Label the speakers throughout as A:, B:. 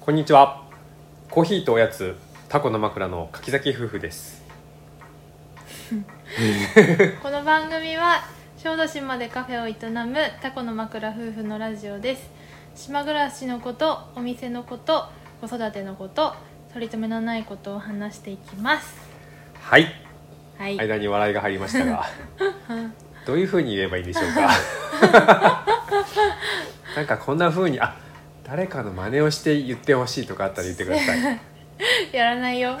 A: こんにちはコーヒーとおやつタコの枕の柿崎夫婦です
B: この番組は小豆島でカフェを営むタコの枕夫婦のラジオです島暮らしのことお店のこと子育てのこと取り留めのないことを話していきます
A: はい
B: はい、
A: 間に笑いが入りました がどういう風に言えばいいんでしょうか なんかこんな風にあ誰かの真似をして言ってほしいとかあったら言ってくださ い
B: やらない よ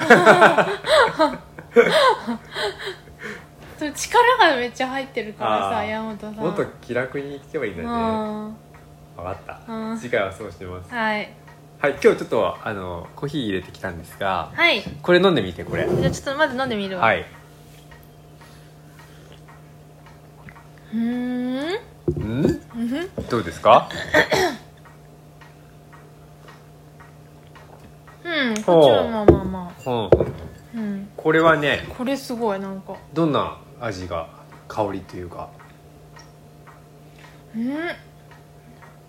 B: そう力がめっちゃ入ってるから
A: あ
B: さ
A: ー
B: 山本さん
A: もっと気楽に聞けばいいんだ
B: う
A: よね
B: ん
A: 分かっ
B: うん
A: た次回はそうしてます
B: はい
A: はい今日ちょっとあのコーヒー入れてきたんですが
B: はい
A: これ飲んでみてこれ
B: じゃあちょっとまず飲んでみるわ、、
A: はいいう
B: ー
A: ん
B: んうんふん
A: どうですか
B: うんこっちはまあまあまあ
A: うんうん
B: うん
A: これはね
B: これすごいなんか
A: どんな味が香りというか
B: うん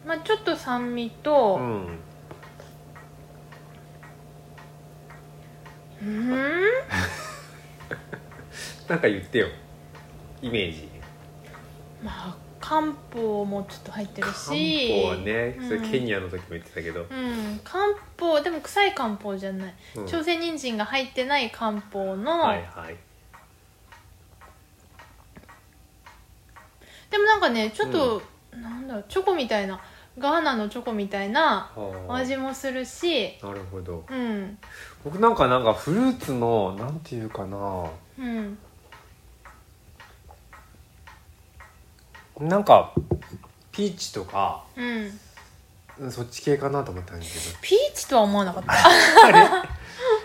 B: まあちょっと酸味
A: う
B: と
A: ん
B: うん
A: なんか言ってよイメージ
B: まあ漢方もちょっと入ってる
A: 漢
B: し
A: 方はねそれ
B: うん
A: ケニアの時も言ってたけど、
B: うん漢方でも臭い漢方じゃない、
A: うん
B: 朝鮮人参が入ってない漢方の、
A: はいはい
B: でもなんかねちょっと、なんだろうチョコみたいなガーナのチョコみたいな
A: はあ
B: 味もするし
A: なるほど
B: うん
A: 僕なんかなんかフルーツのなんていうかな
B: うん
A: なんかピーチとか
B: うん
A: うんそっち系かなと思ったんですけ
B: ピーチとは思わなかった
A: ど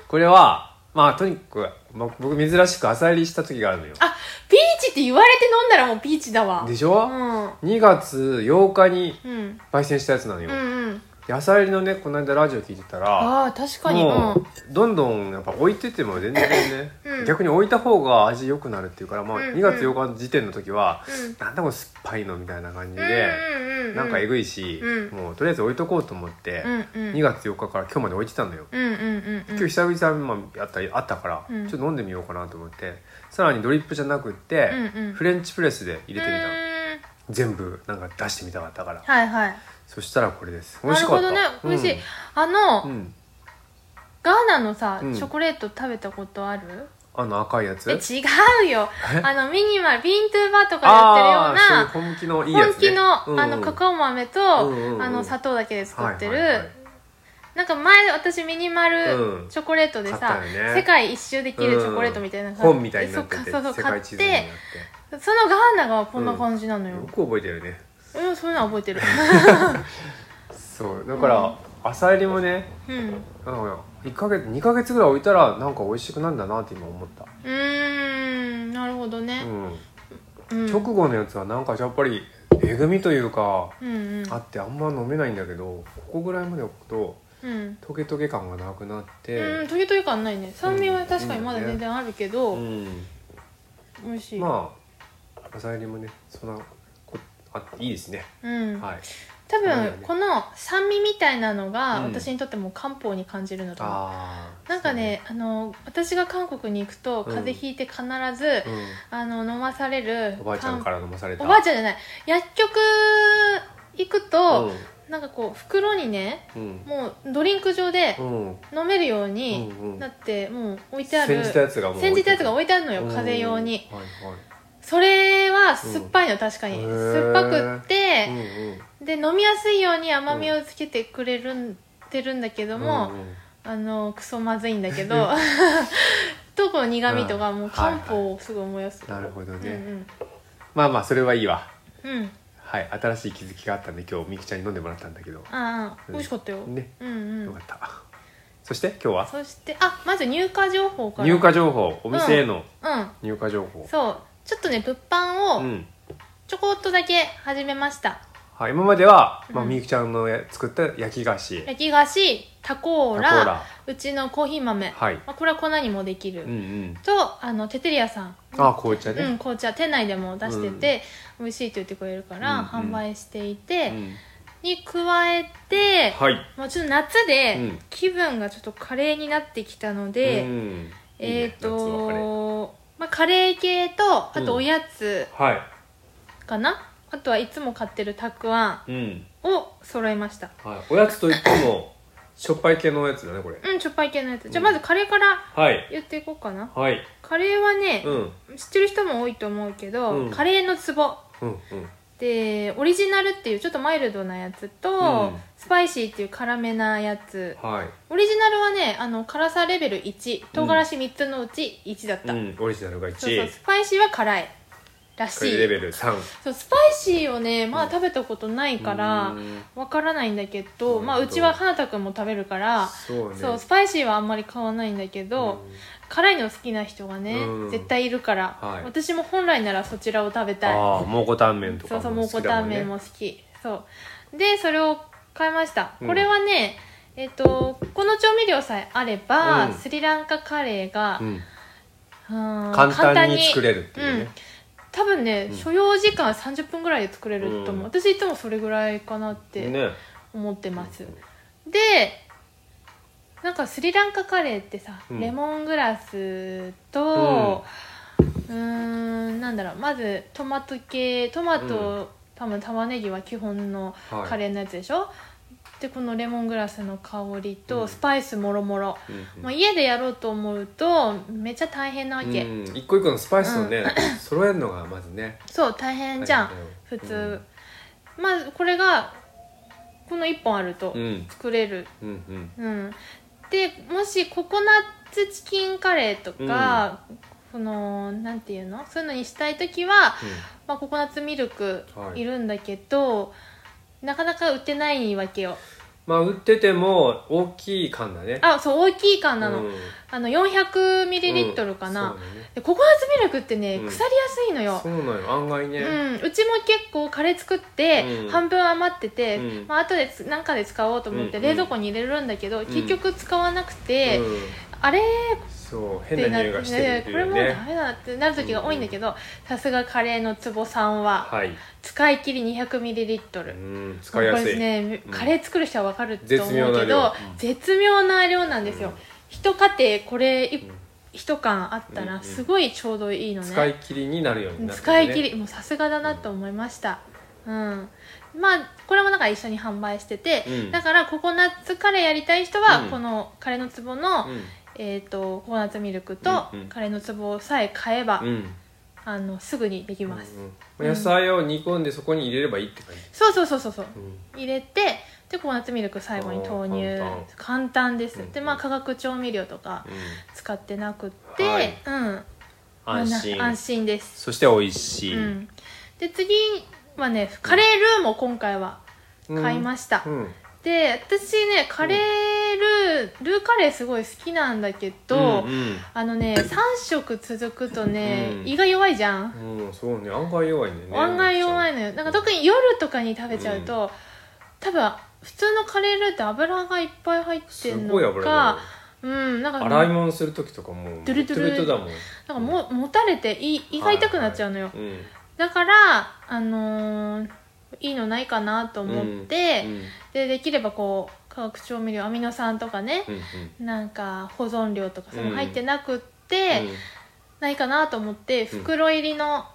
A: これはまあとにかくま僕珍しく朝入りした時があるのよ
B: あピーチって言われて飲んだらもうピーチだわ
A: でしょ、
B: う
A: 2月8日に
B: んうん
A: 焙煎したやつなのよ、
B: うんうん
A: 野菜入りのねこの間ラジオ聞いてたら
B: ああ確かに
A: も
B: う
A: うどんどんやっぱ置いてても全然ね、
B: うん
A: 逆に置いた方が味良くなるっていうから、まあ、
B: うんうん
A: 2月8日時点の時は、
B: うん
A: なんだこれ酸っぱいのみたいな感じ
B: ん
A: で、
B: うんうん
A: なんかえ
B: い
A: ぐいし、
B: うん
A: もうとりあえず置いとこうと思って、
B: うんうん
A: 2月8日から今日まで置いてたのよ、
B: うんうんうんうん
A: 今日久々にまあやったりあったから、
B: うん
A: ちょっと飲んでみようかなと思ってさらにドリップじゃなくって、
B: うんうん
A: フレンチプレスで入れてみたの、
B: うーん
A: 全部なんか出してみたかったから
B: はいはい
A: そしたらこれです美
B: な
A: 味
B: る
A: しか
B: ほ
A: った
B: どね美味しいあの、
A: うん、うん
B: ガーナのさ、
A: うん
B: チョコレート食べたことある
A: あの赤いやつ
B: え違うよ
A: え
B: あのミニマルビーントゥーバーとかで売ってるよう
A: あー
B: な
A: そういう本気のいいや
B: 本
A: つ、ね、
B: 気の,、あのカ
A: オ
B: カオ豆と、
A: うんうんうん
B: あの砂糖だけで作ってる、
A: はいはいはい
B: なんか前私ミニマ
A: うん
B: ルチョコレートでさ、
A: 買ったよね
B: 世界一周できるチョコレートみたいな感じ、
A: 本みたいになって
B: そ
A: て
B: っかそうそ
A: 世
B: う買
A: 界
B: っ
A: 地図になって
B: そのガーナがこんな感じなの
A: て
B: よ
A: よ、く覚えてるね
B: うん、そういうのは覚えてる
A: そうだから、朝入りもね
B: うんう
A: なんか1ヶ月2ヶ月ぐらい置いたらなんか美味しくなるんだなって今思った、
B: ーんなるほどね
A: う、ん
B: うん、
A: 直後のやつはなんかやっぱりえぐみというか
B: うんうん
A: あってあんま飲めないんだけどここぐらいまで置くと
B: うん
A: トゲトゲ感がなくなっ
B: うん
A: て、
B: トゲトゲ感ないね酸味は確かにまだ
A: うん
B: 全然あるけ
A: う
B: ど、
A: ん、
B: 美味しい、
A: まあ朝入りもねそんなこあいいですね、
B: うん、
A: はい
B: 多
A: そうだよ
B: 分
A: ね
B: この酸味みたいなのが
A: うん
B: 私にとっても漢方に感じるのと思う、
A: あー
B: なんかねあの私が韓国に行くと風邪ひいて必ず、
A: そうねうん
B: あの飲まされる
A: おばあちゃんから飲まされた
B: おばあ
A: ち
B: ちゃんじゃない薬局行くと、なんかこう袋にね
A: うん
B: もうドリンク状で
A: うんうん
B: 飲めるように
A: うん
B: なって、もう置いてある
A: 煎じたやつがもう
B: 煎じたやつが
A: い
B: 置いてあるの
A: て
B: よ
A: ある
B: 風邪用に
A: うんはい
B: それは酸っぱいの確かに、
A: へー
B: 酸っぱくって、
A: はいうん
B: で飲みやすいように甘みをつけてくれるんてるんだけど
A: うん
B: も、
A: うんうん
B: あのクソまずいんだけどとこの苦味とか
A: うん
B: もう漢方をすぐ思い出す、
A: なるほどね、
B: うん
A: まあまあそれはいいわ
B: うんうん
A: はい新しい気づきがあったんで今日みきちゃんに飲んでもらったんだけど
B: ああ
A: うん
B: 美味しかったよ、
A: ね
B: うんう
A: よか
B: ん
A: ったそして今日は
B: そしてあまず入荷情報から
A: 入荷情報お店への
B: う
A: 入荷情報
B: ん、そうちょっとね物販
A: う
B: を
A: ん
B: ちょこっとだけ始めました、
A: はい、今までは、まあ、
B: うん
A: みゆきちゃんのや作った焼き菓子
B: 焼き菓子タコーラ
A: タコーラ
B: うちのコーヒー豆、
A: はい
B: まあ、これは粉にもできる、
A: うんうん
B: とあのテテリアさん
A: あ紅茶
B: うん、
A: ね、
B: 紅茶店内でも出してて、美味しいと言ってくれるから
A: うんうん
B: 販売していて、
A: うん
B: に加えて、
A: はい
B: もうちょっと夏で
A: うん
B: 気分がちょっとカレーになってきたので、
A: うんいい
B: えっ、
A: ね夏はカレー
B: とまあ、カレー系とあ
A: うん
B: とおやつ
A: は
B: かな、あとはいつも買ってるたくあ
A: い、うん
B: んを揃えました
A: はい、おやつといって もしょっぱい系のおやつだねこれ
B: うんしょっぱい系のやつじゃ
A: う
B: あ
A: ん
B: まずカレーから
A: はい
B: 言っていこうかな
A: はい
B: カレーはね
A: う、ん
B: 知ってる人も多いと思うけど、
A: うん
B: カレーのツボ
A: うん
B: でオリジナルっていうちょっとマイルドなやつと、
A: うん
B: スパイシーっていう辛めなやつ
A: うんはい
B: オリジナルはねあの辛さレベル1唐辛子3つのうち1だった、
A: うんオリジナルが1
B: そうそうスパイシーは辛いらし
A: カレ
B: い
A: ーレベル3
B: そうスパイシーをねまあ食べたことないから
A: うん
B: わからないんだけ
A: なる
B: ど、
A: ほど
B: まあうちは花田くんも食べるから
A: そうね
B: そうスパイシーはあんまり買わないんだけど、
A: うん
B: 辛いの好きな人がね、
A: うん
B: 絶対いるから、
A: はい
B: 私も本来ならそちらを食べたい
A: ああ蒙古タンメンと
B: そ
A: か
B: うそう
A: も好
B: 蒙
A: き
B: 古タ
A: だ
B: ン
A: ん
B: メ
A: ね
B: ンも好きそうでそれを買いました、
A: うん
B: これはねえっ、とこの調味料さえあれば、
A: うん
B: スリランカカレーが、
A: うん
B: うん
A: 簡単に作れるっていううんね
B: 多分ね、
A: うん
B: 所要時間は30分ぐらいで作れると思う、
A: うん
B: 私いつもそれぐらいかなって
A: ね
B: 思ってます、
A: うん
B: でなんかスリランカカレーってさ、
A: うん
B: レモングラスとうーんなんだろうまずトマト系トマト、
A: う
B: 多分玉ねぎは基本の
A: はい
B: カレーのやつでしょ、でこのレモングラスの香り
A: う
B: と
A: ん
B: スパイスもろもろ
A: うん
B: まあ家でやろうと思うとめっちゃ大変なわ
A: う
B: け、
A: ん一個一個のスパイスをね揃えるのがまずね
B: そう大変じゃん、普通、まあこれがこの1本あると
A: うん
B: 作れる
A: うんうん
B: うん、でもしココナッツチキンカレーとか、このなんていうのそういうのにしたい時は、まあ、ココナッツミルク
A: はい
B: いるんだけど、なかなか売ってないわけよ
A: まあ売ってても大きい缶だね
B: あそう大きい缶なの,、
A: うん
B: あの 400ml かな、
A: うんそうだね
B: でココナッツミルクってね、
A: うん
B: 腐りやすいのよ
A: そうなの案外ね、
B: うん、うちも結構カレー作って、
A: うん
B: 半分余ってて、
A: うん
B: まあ後でつなんかで使おうと思っ
A: うんう
B: て
A: ん
B: 冷蔵庫に入れるんだけど、結局使わなくて、
A: うん
B: あれ
A: そう
B: っ
A: 変
B: て
A: な
B: な
A: 匂いがしてるって
B: こ
A: い
B: れ
A: う
B: もう
A: ね
B: ダメだなってなる時が多いんだけどさすがカレーのつぼさんは、
A: はい、
B: 使い切り 200ml
A: うん、使いや
B: こ
A: す
B: れ
A: い、
B: ね
A: うん
B: カレー作る人は分かると思う
A: 絶
B: け
A: 妙な量う
B: ど
A: ん
B: 絶妙な量なんですよ、
A: うん
B: 一家庭これ
A: う
B: 一
A: ん
B: 一缶あった
A: うんう
B: ら
A: ん
B: すごいちょうどいいのね、
A: 使い切りになるようになってる
B: 使
A: ね、
B: い切りもうさすがだなと思いましたうんまあこれもなんか一緒に販売してて、
A: うん
B: だからココナッツカレーやりたい人は、
A: うん
B: このカレーの壺の、えー、とココナッツミルクと
A: うんうん
B: カレーの壺さえ買えば、
A: うん、うん
B: あのすぐにできます、
A: うんうん野菜を煮込んでそこに入れればいいって感じ、
B: そうそうそうそうそう
A: うん
B: 入れてでココナッツミルク最後に投入
A: あー
B: 簡単です、
A: うんうん
B: でまあ化学調味料とか
A: うん
B: 使ってなくって、
A: はい
B: うんまあな
A: 安心
B: 安心です
A: そして美味しい、
B: うん、で次はねカレールーも今回は買いました、
A: うん
B: で私ねカレールー、ルーカレーすごい好きなんだけど、
A: うん
B: あのね3食続くとね、
A: うん
B: 胃が弱いじゃん、
A: うんうんそうね案外弱いんだよね
B: 案外弱
A: い
B: いのよなんか特に夜とかに食べちゃうと、多分普通のカレールーって油がいっぱい入って
A: す
B: ん
A: ごい
B: の
A: 油だよ
B: かうんなんか
A: 洗い物する時とかもう
B: ドゥルドゥル
A: ベトベトだもん
B: なんかも持たれて胃胃が痛くなっちゃうのよ、
A: うん
B: だからあのーいいのないかなと思って、
A: うん
B: でできればこう化学調味料アミノ酸とかね
A: うんうん
B: なんか保存料とかその
A: うん
B: 入ってなくって、ないかなと思って
A: うん
B: 袋入りの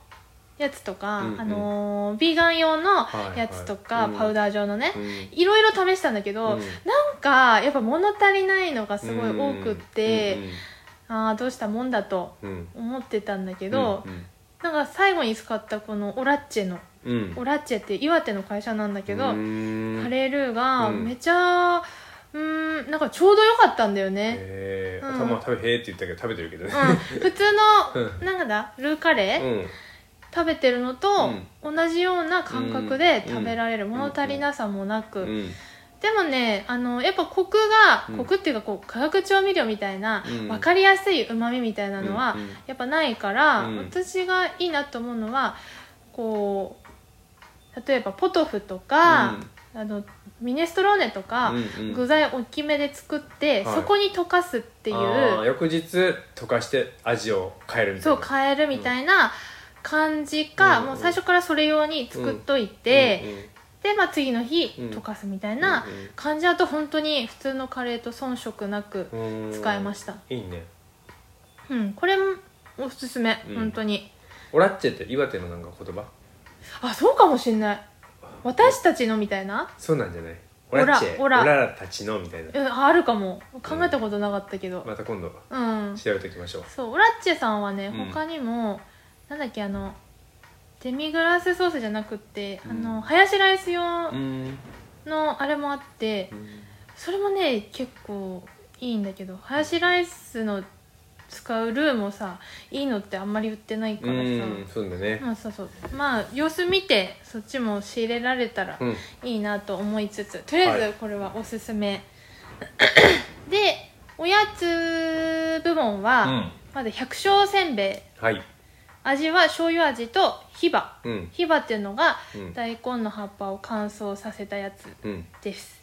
B: やつとか、
A: うんうん
B: あのービーガン用の
A: はい
B: やつと
A: は
B: か、
A: いうん
B: パウダー状のね、
A: うん
B: いろいろ試したんだけ
A: う
B: ど、
A: ん
B: なんかやっぱ物足りないのがすごい多くって、ああどうしたもんだと
A: うんうん
B: 思ってたんだけ
A: け
B: ど、なんか最後に使ったこのオラッチェのオラッチェって岩手の会社なんだけど、カ
A: カ
B: レールーが
A: うん
B: めちゃうーんなんかちょうど良かったんだよね、
A: え
B: うん
A: ー頭食べへーって言ったけど食べてるけどね
B: うん、普通
A: う
B: のなんだルーカレー、
A: うん
B: 食べてるのと同じような感覚で食べられる、
A: うん
B: 物足りなさもなく、
A: うん
B: でもねあのやっぱコク
A: う
B: が
A: ん
B: コクっていうかこう化学調味料みたいな、
A: うん
B: 分かりやすいうまみみたいなのは、
A: うんうん
B: やっぱないから、
A: うん
B: 私がいいなと思うのはこう例えばポトフとか、あのミネストローネとか、
A: うんうん
B: 具材大きめで作って、
A: はい
B: そこに溶かすってい
A: あー
B: う
A: 翌日溶かして味を変えるみたい
B: そう
A: な
B: 変えるみたいな感じか、
A: うん
B: もう最初からそれ用に作っといて、
A: うんうん
B: でで、まあ、次の日
A: うん
B: 溶かすみたいな感じだと本当に普通のカレーと遜色なく
A: うん
B: 使えました
A: いいね
B: うんこれもおすすめ、
A: うん
B: 本当に
A: オラッチェって岩手のなんか言葉
B: あそうかもしんない私たちのみたいな、
A: そうなんじゃないオ
B: オラ
A: ラッチェ
B: オラ
A: らたちのみたいな
B: うん、ああるかも考えたことなかったけど
A: また今度
B: うん
A: 調べておきましょう
B: そうオラッチェさんはね
A: うん
B: 他にも、なんだっけあのデミグラスソースじゃなくって、
A: うん
B: あのハヤシライス用
A: うん
B: のあれもあって、それもね結構いいんだけどハヤシライスの使うルーもさいいのってあんまり売ってないからさ、
A: うんそうだね
B: まあそうそうまあ様子見てそっちも仕入れられたら
A: うん
B: いいなと思いつつとりあえ
A: はい
B: ずこれはおすすめ、 でおやつ部門は、
A: うん
B: まず百姓せんべい
A: はい
B: 味は醤油味とヒバ
A: うん
B: ヒバっていうのが
A: うん
B: 大根の葉っぱを乾燥させたやつ
A: うん
B: です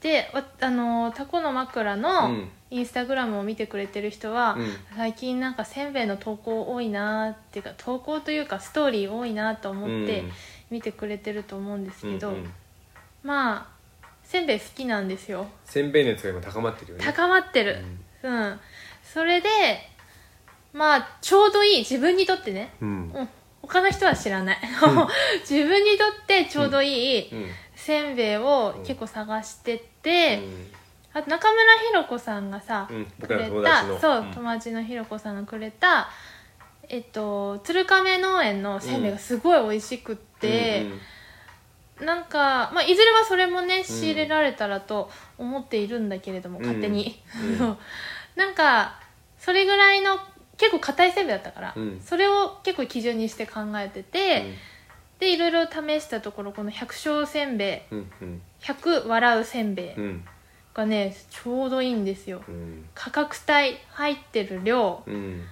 B: でわあのータコの枕
A: う
B: の
A: ん
B: インスタグラムを見てくれてる人は、
A: うん
B: 最近なんかせんべいの投稿多いなーっていうか投稿というかストーリー多いなと思って
A: うん
B: 見てくれてると思うんですけど、
A: うんうん
B: まあせんべい好きなんですよ
A: せんべい熱が今高まってるよね
B: 高まってるうん、それでまあちょうどいい自分にとってね
A: うん
B: うん他の人は知らない、
A: ん
B: 自分にとってちょうどいい
A: うん
B: せんべいを結構探してって、あと中村ひろ子さんがさ、
A: うん僕
B: く
A: ら
B: れ
A: の友
B: た
A: 達の
B: そう、
A: ん
B: 友達のひろ子さんがくれたえっと鶴亀農園のせんべいがすごい美味しくって、なんか、まあ、いずれはそれもね仕入れられたらと思っているんだけれども、
A: うん
B: 勝手に、
A: う
B: なんかそれぐらいの結構硬いせんべいだったから、
A: うん
B: それを結構基準にして考えてて、でいろいろ試したところこの百姓せんべ
A: うんうんうん
B: い100笑うせんべい
A: うんうん
B: がねちょうどいいんですよ
A: うん
B: 価格帯入ってる量
A: うん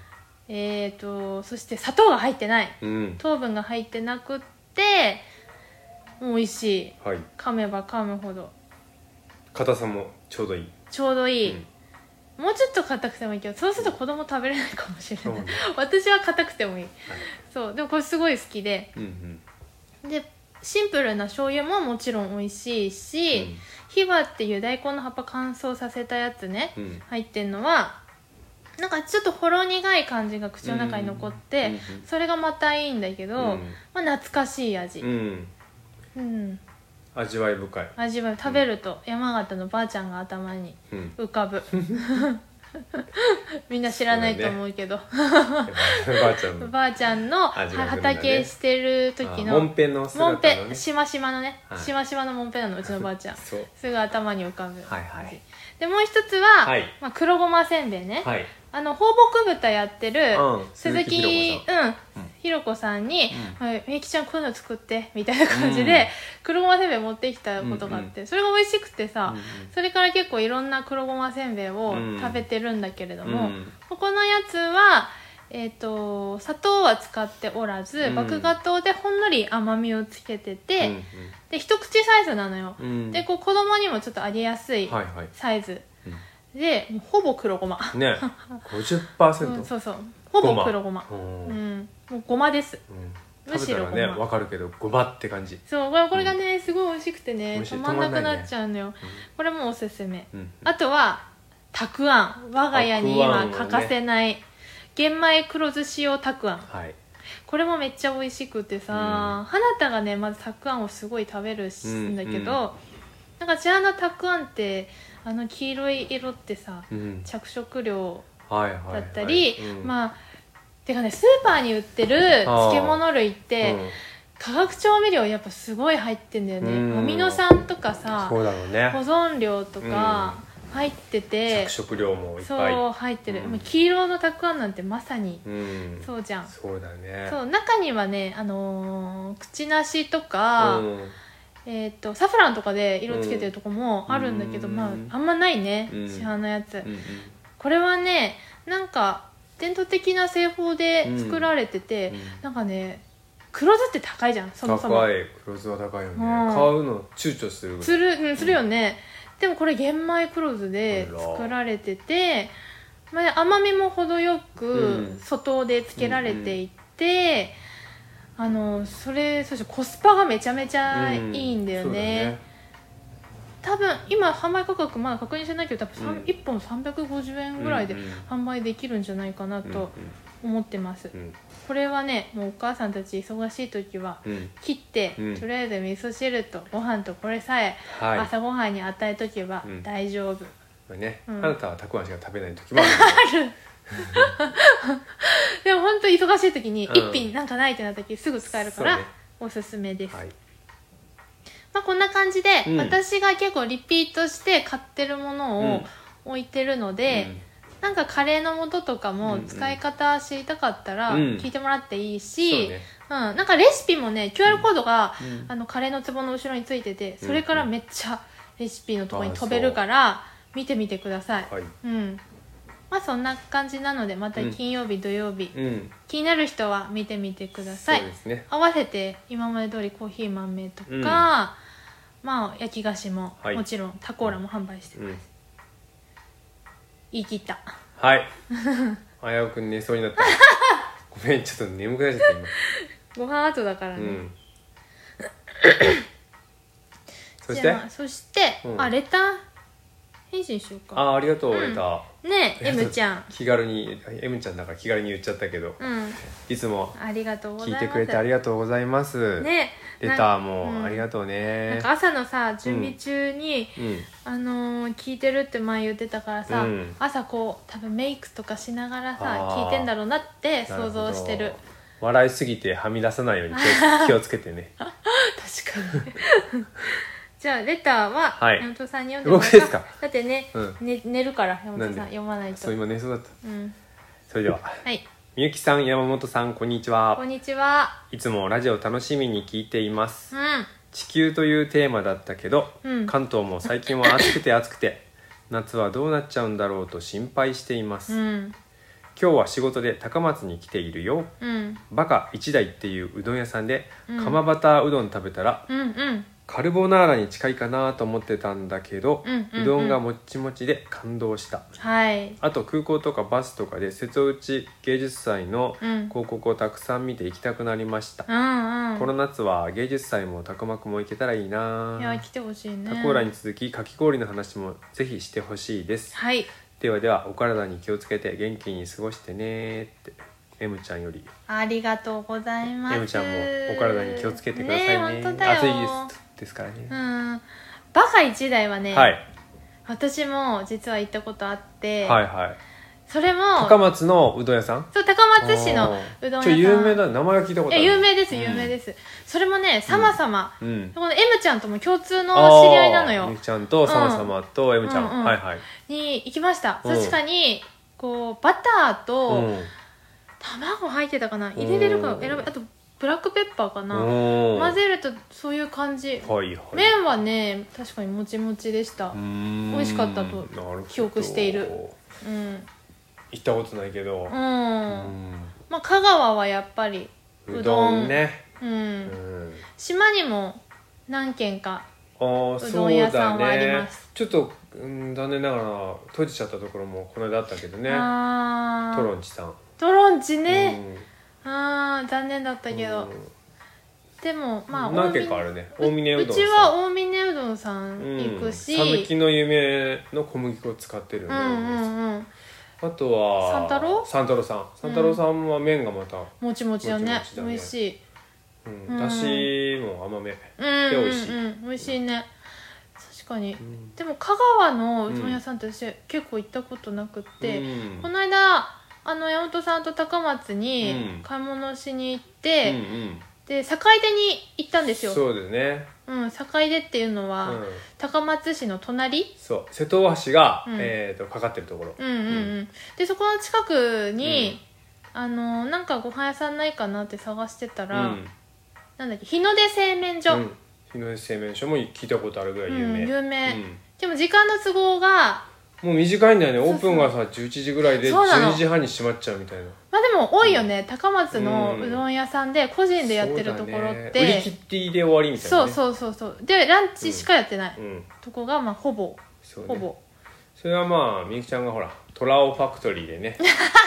B: えー、とそして砂糖が入ってない
A: うん
B: 糖分が入ってなくってもう美味しい
A: はい
B: 噛めば噛むほど
A: 硬さもちょうどいい
B: ちょうどいい、
A: うん
B: もうちょっと硬くてもいいけどそうすると子供食べれないかもしれ
A: そう
B: ない、
A: ね
B: 私は硬くてもいい
A: はい
B: そうでもこれすごい好きで
A: うんうん
B: でシンプルな醤油ももちろん美味しいし、
A: うん
B: ヒバっていう大根の葉っぱ乾燥させたやつね、
A: うん
B: 入ってんのはなんかちょっとほろ苦い感じが口の中に残って、
A: うんうん
B: それがまたいいんだけど、
A: うん
B: まあ、懐かしい味、
A: うん
B: うん
A: 味わい深い
B: 味は食べると山形のばあちゃんが頭に
A: うん
B: 浮かぶ みんな知らないと思うけど
A: やっぱばあちゃ んの
B: ばあちゃんのは
A: 味がするんだね
B: 畑してる時
A: あ
B: の
A: もんぺの
B: もん
A: 姿の
B: ぺ
A: ね
B: しましまのね、
A: はい
B: しましまのもんぺなのうちのばあちゃん
A: そう
B: すぐ頭に浮かぶ、
A: はいはい
B: でもう一つは、
A: はい
B: まあ、黒ごませんべいね、
A: はい
B: あの放牧豚やってる
A: うん
B: 鈴木,、
A: 鈴木ひろ子
B: うん
A: うん
B: ひろこさんに
A: うん
B: 「まあみゆきちゃんこういうの作って」みたいな感じで、
A: うん
B: 黒ごませんべい持ってきたことがあって、それが美味しくてさ、それから結構いろんな黒ごませんべいを
A: うん
B: 食べてるんだけれど
A: うんう
B: も、
A: ん
B: ここのやつは、えー、と砂糖は使っておらず、
A: うん
B: 麦芽糖でほんのり甘みをつけてて、で一口サイズなのよ、
A: うんうん
B: でこう子供にもちょっとあげやすい
A: はいはい
B: サイズ、でもうほぼ黒ごま、
A: ね50%
B: うん、そうそうほぼ黒ごま
A: うん
B: うんもうごまです
A: うん
B: む
A: 食
B: し
A: べた
B: ろ
A: らね
B: ごま
A: わかるけどごまって感じ
B: そうこれこれがね、すごい美味しくてね
A: 美味しい
B: 止まんなく
A: 止まんないね
B: なっちゃうのよ、これもおすすめ、
A: うん
B: あとはたくあん我が家に
A: たくあんは
B: 今
A: ね
B: 欠かせない、玄米黒酢塩たくあん
A: はい
B: これもめっちゃ美味しくてさ、
A: う
B: 花田がねまずたくあんをすごい食べるし
A: うん
B: んだけど、
A: う
B: なんかじゃあのたくあんってあの黄色い色ってさ、
A: うん
B: 着色料
A: はいはい
B: だったり、
A: あ
B: まあてかねスーパーに売ってる漬物類って、化学調味料やっぱすごい入ってんだよ
A: う
B: ね
A: ん
B: アミノ酸とかさ
A: そうだろう
B: 保
A: ね
B: 存量とか入ってて
A: 着、色料もいっぱい
B: そう入ってる、
A: うん
B: もう黄色のたくあんなんてまさに
A: うん
B: そうじゃん、
A: そうだね
B: そう中にはね、あのー口なしと
A: う
B: か、
A: ん
B: えー、とサフランとかで色つけてるとこもあるんだけど、
A: うん
B: まああんまないね、
A: うん
B: 市販のやつ、
A: うんうん
B: これはねなんか伝統的な製法で作られてて、なんかね黒酢って高いじゃんそもそも
A: 高い黒酢は高いよね
B: うん
A: 買うの躊躇するぐらい
B: する,、うん、するよね、でもこれ玄米黒酢で
A: あら
B: 作られてて、まあ、甘みも程よ
A: う
B: く
A: ん
B: 外でつけられていて、あのそれそしてコスパがめちゃめちゃいいんだよね,、
A: う
B: 多分今販売価格まだ確認してないけど多分三
A: うん
B: 1本350円ぐらいで
A: うんうん
B: 販売できるんじゃないかな
A: そうだね
B: と思ってます、
A: うん
B: これはねもうお母さんたち忙しい時は
A: うんうん
B: 切って、
A: うん
B: とりあえず味噌汁とご飯とこれさえ
A: はい
B: 朝ごはんに与えとけば
A: うん
B: 大丈夫、
A: これね、
B: うん
A: あなたはたくあんしか食べない時 もあ
B: でも本当忙しい時に
A: うん
B: 一品なんかないってなった時すぐ使えるから、
A: そうね
B: おすすめで
A: る
B: す、
A: はい
B: まあ、こんな感じで、
A: うん
B: 私が結構リピートして買ってるもの
A: う
B: を
A: ん
B: 置いてるので、なんかカレーの素とか
A: う
B: も
A: んうん
B: 使い方知りたかったら
A: うん
B: 聞いてもらっていい
A: うん、
B: し、
A: そうね、
B: うん、なんかレシピもね QR コードが、
A: うん
B: あのカレーの壺の後ろについてて
A: うん
B: それからめっちゃレシピのとこに飛べるから見てみてください、
A: はい
B: うんまあそんな感じなのでまた
A: うん
B: 金曜日土曜日、
A: うん
B: 気になる人は見てみてください
A: そうですね
B: 合わせて今まで通りコーヒー豆とか、
A: うん
B: まあ焼き菓子も、
A: はい
B: もちろんタコーラも販売してる、
A: うん
B: 言い切った
A: はい あやうくん寝そうになった ごめんちょっと眠くなっちゃった今
B: ご飯後だから
A: う
B: ね、
A: んそし
B: じ
A: て
B: ゃあそして、
A: うん
B: あレター返信しようか
A: あありがとうレター
B: ねえ M ちゃん
A: 気軽に M ちゃんだから気軽に言っちゃったけど
B: うん
A: いつも
B: ありがとうご
A: 聞
B: ざい
A: い
B: ます
A: てくれてありがとうございます、
B: ね
A: レターもあり
B: と
A: がとう
B: うん、なん
A: ね
B: か朝のさ準備中に、
A: うん
B: あのー聞いてるって前言ってたからさ、
A: うん
B: 朝こう多分メイクとかしながらさ
A: あー
B: 聞いてんだろうなって想像してる
A: な ほど笑いすぎてはみ出さないように気を気をつけてね
B: 確かに じゃあレターは
A: はい
B: 山本さんに読んでもらう
A: 僕ですか
B: だってね,、
A: う
B: ね寝るから山本
A: なん
B: さん
A: で
B: 読まないと
A: そう今寝そうだった
B: うん
A: それ では
B: はい
A: みゆきさん山本さんこんにち
B: こ
A: は
B: んにちはい
A: つもラジオ楽しみに聞いています
B: う
A: 地球というテーマだったけど、
B: うん
A: 関東も最近は暑くて暑くて夏はどうなっちゃうんだろうと心配しています、
B: んうん
A: 今日は仕事で高松に来ているよ
B: うん
A: バカ一台っていううどん屋さんで、
B: うん
A: 釜バターうどん食べたら
B: うんうん
A: カルボナーラに近いかなと思ってたんだけど、
B: うんうんうん
A: うどんがもっちもちで感動した
B: はい
A: あと空港とかバスとかで瀬戸内芸術祭の
B: うん
A: 広告をたくさん見て行きたくなりました、
B: うんうん
A: この夏は芸術祭も拓磨くも行けたらいいない
B: や来てほしいね
A: タコーラに続きかき氷の話もぜひしてほしいです
B: はい
A: ではではお体に気をつけて元気に過ごしてねって M ちゃんより
B: ありがとうございます
A: M ちゃんもお体に気をつけてくださいね
B: え本当だよ
A: 暑いですですからね、
B: うんバカ一台はね、
A: はい、
B: 私も実は行ったことあって、
A: はいはい
B: それも
A: 高松のうどん屋さん
B: そう高松市のうどん屋さ
A: ちょ
B: ん
A: 有名だ名前は聞いたことあ
B: え
A: る
B: 有名です
A: うん
B: 有名です、それもねさまさま、
A: うん
B: この M ちゃんとも共通の知り合いな
A: あ
B: の
A: ーみ
B: よ
A: ゆきちゃんとさまさまと M ちゃん、
B: うんうん
A: はいはい、
B: に行きました、
A: うん
B: 確かにこうバターと
A: ん
B: 卵入ってたかな入れれるか選べあとブラックペッパーかな
A: おー
B: 混ぜるとそういう感じ
A: はいはい
B: 麺はね確かにもちもちでした
A: 美
B: 美味しかったと記憶しているうん
A: 行ったことないけど、
B: う
A: うんん
B: まあ香川はやっぱりう
A: う
B: ど
A: ど
B: ん
A: んね、
B: うん、
A: うん、
B: 島にも何軒か
A: あー
B: うどん屋さん
A: そうだね
B: はあります
A: ちょっと、うん、残念ながら閉じちゃったところもこの間あったけどね
B: ああ
A: トロンチさん
B: トロンチね、ああ残念だった
A: だ
B: けど、でもまあ
A: 何軒かあるね大峰
B: う
A: うどん
B: ちは大峰うどんさん
A: うん
B: 行くし、
A: 讃岐の夢の小麦粉を使ってるよ
B: う
A: ね、
B: んうんうん
A: あとは
B: 三太郎
A: 三太郎さん三太郎さんは麺がまた、
B: もちもちだね
A: もちもちだね
B: 美味しい
A: うん
B: うん
A: だしも甘め
B: うんうん
A: 美味しい
B: うん美味しいね確かに、
A: ん
B: でも香川のうどん屋さんって私結構行ったことなくって、
A: うん
B: この間あの山本さんと高松
A: う
B: に
A: ん
B: 買い物しに行って、
A: うんうん
B: で境出に行ったんですよう、
A: そうですね、
B: ん、境出っていう
A: う
B: のは、
A: ん、
B: 高松市の隣
A: そう瀬戸大橋が、
B: うん
A: えー、とかかってるところ、
B: うんうんうん、でそこの近くに、あのなんかご飯屋さんないかなって探してた
A: う
B: ら、
A: ん
B: なんだっけ日の出製麺所、
A: うん日の出製麺所も聞いたことあるぐらい有名、
B: うん有名
A: うん
B: でも時間の都合が
A: もう短いんだよね
B: そう
A: オープンがさ11時ぐらいで
B: そうなの
A: 12時半に閉まっちゃうみたいな
B: まあでも多いよね、高松の
A: うん
B: うどん屋さんで個人でやってるところ
A: そ
B: っ
A: うだね売り
B: て
A: 切りで終わりみたい
B: そ
A: な、
B: う
A: ね、う
B: そうそうそうでランチしかやってない、
A: ん
B: とこがまあほぼ
A: そうね
B: ほぼ、
A: それはまあみゆきちゃんがほらトラオフ ァクトリーでね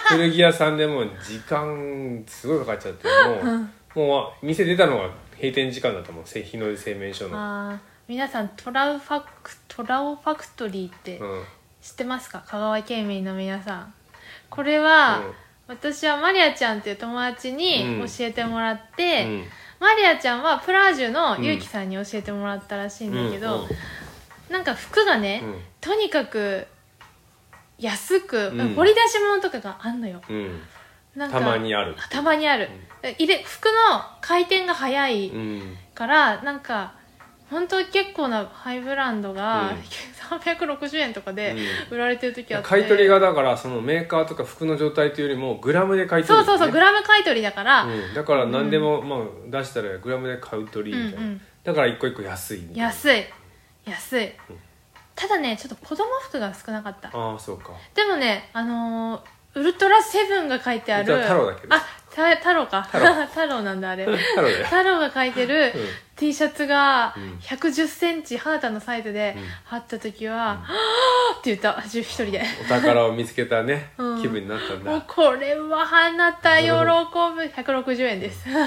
A: 古着屋さんでもう時間すごいかかっちゃってもうもう店出たのが閉店時間だったもんせ日の出製麺所の、
B: あー皆さんトラウファクトラオファクトリーって
A: うん、
B: 知ってますか香川県民の皆さんこれは、
A: うん
B: 私はマリアちゃんっていう友達に
A: うん
B: 教えてもらっ
A: う
B: て、
A: ん
B: マリアちゃんはプラージュのゆうきさんに教えてもらったらしいんだけど、
A: うん
B: なんか服がね、
A: うん
B: とにかく安く、
A: うん
B: 掘り出し物とかがあんのよ
A: うん
B: なんか
A: たまにある、
B: あたまにある、入れ服の回転が早い、
A: うん、
B: からなんか本当結構なハイブランドが
A: うん、
B: 360円とかで売られてる時あって
A: 買い取りがだからそのメーカーとか服の状態というよりもグラムで買い取
B: そう
A: るんだ
B: そ
A: よ
B: うそうグラム買い取りだから、
A: うん、だから何でも、まあ、出したらグラムで買う取りみたいな、
B: うんうん
A: だから一個一個安いみたいな
B: 安い安い、
A: ん
B: ただねちょっと子供服が少なかった
A: ああそうか
B: でもねあのーウルトラセブンが書いてあ
A: ウル
B: る
A: トラ太郎だけど
B: あた太郎 か太郎なんだあれ
A: 太郎だよ
B: 太郎が書いてる
A: うん
B: T シャツが
A: うん
B: 1 1 0ンチハータのサイズで
A: うん
B: 貼った時は「はぁーって言った一人で
A: お宝を見つけたね、
B: うん
A: 気分になったん
B: もう
A: だ
B: これは花た喜ぶ160円ですう
A: そ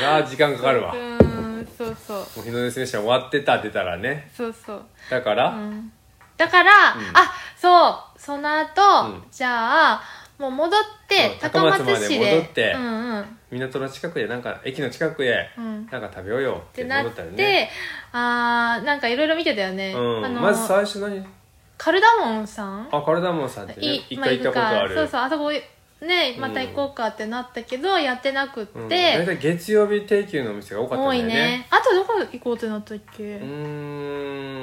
A: れは時間かかるわも
B: ーんそうそう
A: う日の出選手は終わってた出たらね
B: そうそう、
A: だか
B: う
A: ら、
B: ん、だから、
A: うん
B: あそうその後、
A: うん
B: じゃあもう戻って、
A: うん
B: 高松市
A: 高松まで
B: で
A: 戻って
B: うんうんっ
A: 港の近くでなんか駅の近くへ
B: うん
A: なんか食べようよって
B: てな
A: 戻
B: っ
A: った
B: て、
A: よね、
B: あーなんかいろいろ見てたよね、
A: う
B: あ
A: ん、
B: の
A: まず最初何
B: カルダモンさん
A: あカルダモンさんってね
B: い
A: 一
B: まあ
A: 回行ったことあ
B: 行
A: る、
B: くかそうそうあそこねまた行こうかってなったけど、やってなくって、
A: うん、大体月曜日定休のお店が多かったん
B: 多
A: だ
B: い
A: よね
B: ねあとどこ行こうってなったっけ、
A: うー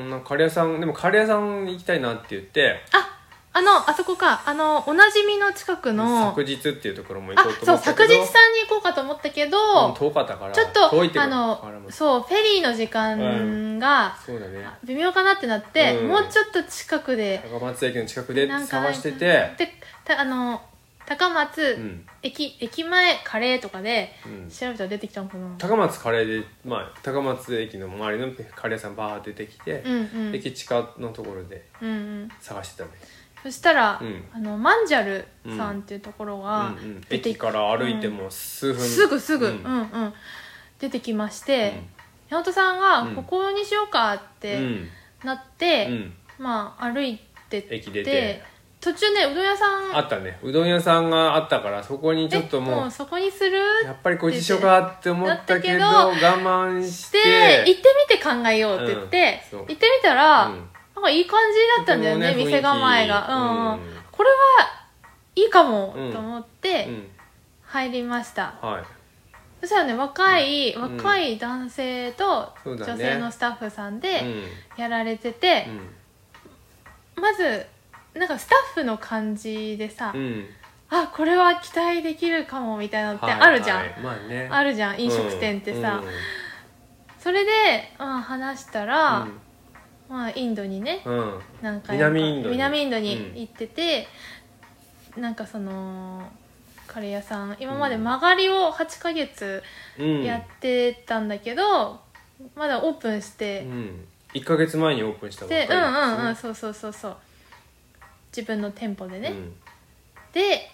A: んなんかカレー屋さんでもカレー屋さん行きたいなって言って
B: ああのあそこかあのおなじみの近くの
A: 昨日っていうところも行
B: あ
A: こうと
B: そ
A: 思
B: う
A: った
B: 昨
A: け
B: 日
A: ど
B: さんに行こうかと思ったけど、
A: うん遠かったから
B: ちょっと
A: 遠いってこ
B: あ
A: と
B: の
A: れもそ
B: そうフェリーの時間が
A: うだね
B: 微妙かなってなって、
A: うん
B: もうちょっと近くで
A: 高松駅の近くで
B: なんか
A: 探してて
B: でたあの高松、
A: うん
B: 駅駅前カレーとかで
A: うん
B: 調べたら出てきたのかな、
A: 高松カレーで、まあ、高松駅の周りのカレー屋さんバーって出てきて、
B: うんうん
A: 駅地下のところで
B: うんうん
A: 探してたね
B: そしたら、
A: うん
B: あのマンジャルさんっていうところが
A: うんうん、
B: 出てき
A: 駅から歩いても数分、
B: すぐすぐ、う、
A: うんん
B: うん出てきまして、山本さん
A: う
B: が
A: ん
B: ここにしようかっ
A: う
B: て
A: ん
B: なっ
A: う
B: て、
A: ん、
B: まあ歩いてって
A: 駅出て
B: 途中ねうどん屋さ
A: あ
B: ん
A: ったねうどん屋さんがあったからそこにちょっと
B: え
A: もう
B: そこにする
A: やっぱりこっちしようかって思ったけど
B: な
A: 我
B: った
A: 慢
B: し
A: してて
B: 行ってみて考えようって言って、
A: うんそう
B: 行ってみたら、
A: うん
B: なんかいい感じだったんだよね
A: とてもね
B: 店構えが、うんうん
A: 雰囲気いいうん
B: これはいいかも
A: うん
B: と思って
A: うん
B: 入りました、
A: はい
B: そしたらね若い、
A: ん
B: 若い男性と
A: そうだね
B: 女性のスタッフさん
A: うん
B: でやられてて、まずなんかスタッフの感じでさ、
A: うんうん
B: あこれは期待できるかもみたいなのって
A: はい
B: あるじゃん、
A: はいまあね
B: あるじゃん飲食店ってさ、
A: うん
B: それで、まあ、話したら、まあ、インドにね
A: うんうん
B: 何回
A: 南インドに
B: 南インドに
A: うん
B: 行ってて、なんかそのカレー屋さん今まで曲がりを8ヶ月
A: うん
B: やってたんだけど、まだオープンして。
A: うん1か月前にオープンしたばっか
B: で
A: り
B: うん
A: なん
B: うんうん
A: です
B: そうそうそうそう自分の店舗でね、
A: ねうん
B: で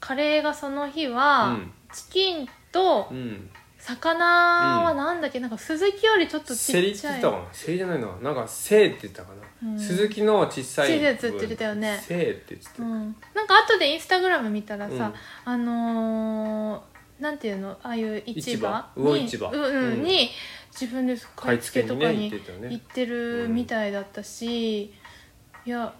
B: カレーがその日は、
A: うん
B: チキンと
A: うん
B: 魚はなんだっけ、なんか鈴木よりちょっと
A: セ
B: ち
A: リ
B: っ
A: って
B: ち
A: 言っ
B: ゃ
A: て
B: い
A: たかなセリじゃないのなんかセイって言ってたか
B: う
A: なん鈴木の小さい
B: 小さいやつって言ってたよね
A: セイって言ってた
B: うん、なんか後でインスタグラム見たらさ、
A: うん
B: あのー、なんていうのああいう市場
A: 市場魚
B: に
A: 市場
B: うんうん
A: うん
B: に自分で買
A: 買
B: い
A: い付
B: 付け
A: け
B: と
A: に
B: か
A: ね
B: に
A: 行ってたよ
B: 行っ
A: ね
B: てるみたいだったし、いや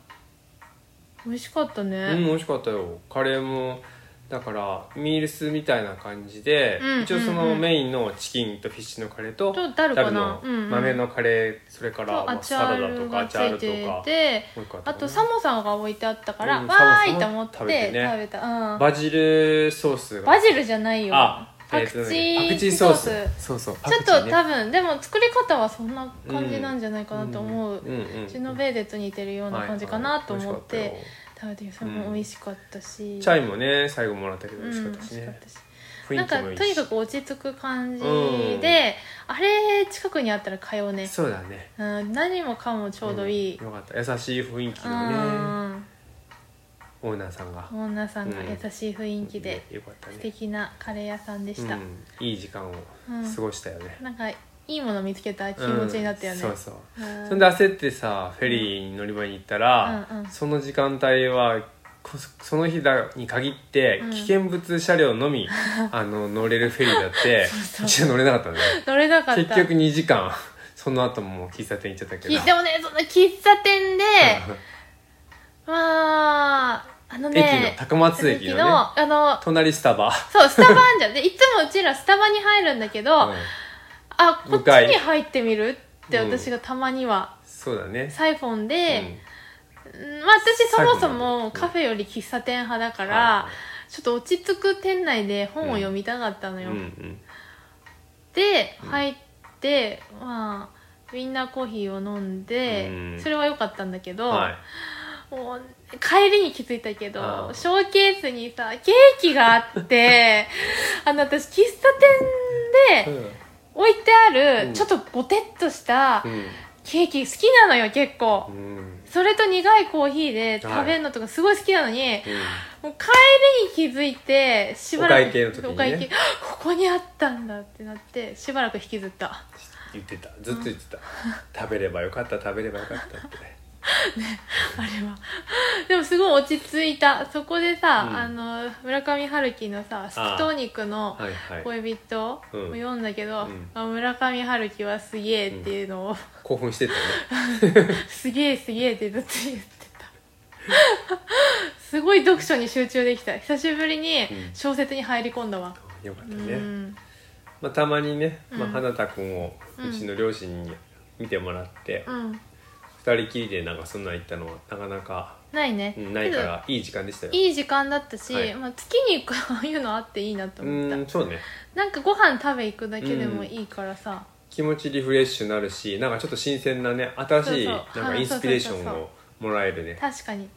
B: 美味しかったね、
A: うん美味しかったよカレーもだからミールスみたいな感じで、
B: うん
A: 一応そ
B: うん
A: の
B: うん
A: メインのチキンとフィッシュのカレーと
B: とダルかな
A: の
B: うんうん
A: 豆のカレーそれか
B: と
A: らま
B: ア
A: あ
B: チ
A: サ
B: ャ
A: ラダ
B: ー
A: と
B: ル
A: か
B: が
A: ア
B: つ
A: チャー
B: い
A: ルと
B: て
A: か
B: て
A: もう一個った
B: あ
A: ね
B: とサモさんが置いてあったから、
A: うん
B: わ
A: サ
B: ー
A: モ
B: いと思っ
A: 食べ
B: て
A: てね
B: 食べた、うん、バ
A: バジルソースが
B: ジルじゃないよ
A: あ
B: パク
A: え
B: チ
A: ーとね
B: ー
A: パクチー
B: ソ
A: ソ
B: ー
A: ー
B: ス
A: スそうそう
B: ちょっ
A: パクチ
B: と
A: ーね
B: 多分でも作り方はそんな感じなんじゃないかなと思う、う
A: うんうん
B: ちのベーデと似てるような感じかなと思っ
A: はいはい
B: て
A: 美味しか
B: 食べてそれも美味しかったし、
A: ったよチャイもね最後もらったけど
B: う
A: 美
B: ん
A: 味しかっ
B: 美味
A: たし
B: しかっ
A: ね
B: たし
A: 雰
B: なん
A: 囲気
B: か
A: もいいし
B: とにかく落ち着く感じで、
A: うん
B: あれ近くにあったら通うね
A: そうだね
B: うん、何もかもちょうどいい、
A: んよかった優しい雰囲気
B: う
A: のね
B: ん、
A: オーナーさんが
B: オーナーさんが優しい雰囲気で
A: ねよかった
B: 素
A: ね
B: 敵なカレー屋さんでした、
A: うん、いい時間を
B: うん
A: 過ごしたよね、
B: なんかいいもの見つけた気持ちになったよね、
A: うんそうそう
B: うん
A: そんで焦ってさフェリーに乗り場に行ったら、
B: うんうん
A: その時間帯はこその日だに限って
B: うん
A: 危険物車両の み、あの乗れるフェリーだって
B: そう
A: うちは乗れなかったのね
B: 乗れなかった
A: 結局2時間その後も喫茶店行っちゃったけど
B: きでもねその喫茶店でまああ の
A: 駅
B: ね
A: の高松駅のね
B: あの
A: 隣スタバ、
B: そうスタバあんじゃんでいつもうちらスタバに入るんだけど、
A: うん
B: あこ
A: 向
B: っち
A: かい
B: に入ってみるって
A: うん
B: 私がたまには、
A: そうだね
B: サイフォン
A: う
B: で、
A: ん
B: うんまあ、私そ
A: サイフォ
B: もそ
A: ンなんだ
B: も
A: うん
B: カフェより喫茶店派だから、
A: は
B: ちょっと落ち着く店内で本を読みたかったの
A: い
B: よ、
A: うんうん
B: で入って、まあウィンナーコーヒーを飲んで、
A: うん
B: それは良かったんだけど、
A: はい
B: もう帰りに気づいたけ
A: あ
B: ど
A: あ
B: ショーケースにさケーキがあって あの私喫茶店で置いてある、
A: うん
B: ちょっとぼてっとした
A: う
B: ケーキ好きなのよ結構、
A: んうんうん
B: それと苦いコーヒーで食べるのとかすごい好きなのに、もう帰りに気づいてしばらく
A: お会計の時にね
B: お会計ここにあったんだってなってしばらく引きずった
A: 言ってたずっと言ってた、食べればよかった食べればよかったって
B: あれはでもすごい落ち着いたそこでさ、
A: うん
B: あの村上春樹のさ「スキトニクの
A: はいはい
B: 恋人」を
A: うん
B: 読んだけ
A: う
B: ど、
A: ん
B: あ村上春樹はすげえっていうのを、
A: 興奮してたね
B: すげえすげえってずっと言ってた すごい読書に集中できた久しぶりに
A: うん
B: 小説に入り込んだわ、
A: よかっ
B: う
A: たね、
B: ん
A: まあ、たまにね、まあ、
B: うん
A: 花田君を
B: うん
A: うちの両親に見てもらって、
B: うん
A: 二人きりでなんかそんなん行ったのはなかなか
B: ないね、
A: うんないからいい時間でしたよ
B: いい時間だったし、
A: はい
B: まあ、月にこういうのあっていいなと
A: う
B: 思った
A: んそうね
B: なんかご飯食べ行くだけでもいいからさ、
A: 気持ちリフレッシュになるしなんかちょっと新鮮なね新しい
B: そ
A: な
B: うんそう
A: かインスピレーションをもらえるね
B: 確かに
A: う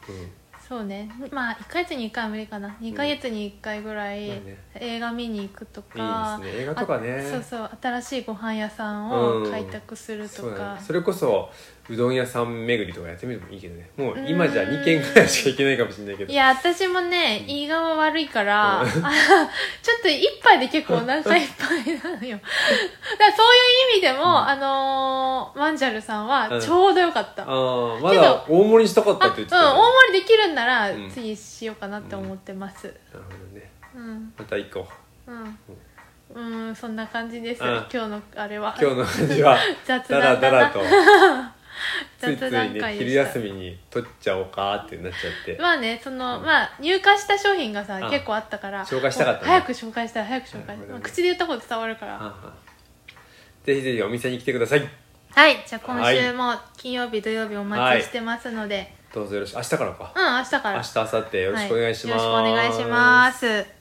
B: そうねまあ1ヶ月に1回は無理かな2ヶ月に1回ぐら
A: まあ
B: い
A: ね
B: 映画見に行くとか
A: ん、いいですね映画とかね
B: あそうそう新しいご飯屋さんを
A: うん
B: 開拓すると
A: そうだ
B: か、
A: ねそれこそうどん屋さん巡りとかやってみてもいいけどねもう今じゃ2軒ぐらいしか行けないかもしれないけど
B: いや私もね胃が悪いから、あちょっと一杯で結構お腹いっぱい なのよだからそういう意味でも、あのーマンジャルさんはちょうどよかった、
A: ああまだ大盛りにしたかった
B: あ
A: っ
B: う
A: て言
B: ん、
A: ってたよ
B: 大
A: ね
B: 盛りできるんなら、
A: うん
B: 次しようかなって思ってます。
A: なるほどね
B: うん、
A: また行こう
B: うん、うん、そんな感じです。
A: うん
B: 今日のあれは。
A: 今日の感じは
B: 雑
A: ダ
B: 談だ
A: ラ
B: な
A: ダラとつい
B: 雑
A: つい
B: 談
A: ね
B: 会で
A: 昼
B: した
A: 休みに取っちゃおうかってなっちゃって
B: まあね、その、
A: うん
B: まあ、入荷した商品がさ、
A: うん
B: 結構あったから。
A: 紹介したかったね
B: もう早く紹介したい、早く紹
A: なる
B: 介し
A: ほ
B: たい。
A: どね
B: まあ口で言ったこと伝わるか
A: はん
B: ら。
A: はんぜひぜひお店に来てください
B: はい、じゃあ、今週も金曜日、土曜日お待ちしてますので。
A: どうぞよろしく明日からか
B: うん、明日か
A: 明
B: ら。
A: 日明後日よろしくお願いします、
B: はいよろしくお願いします。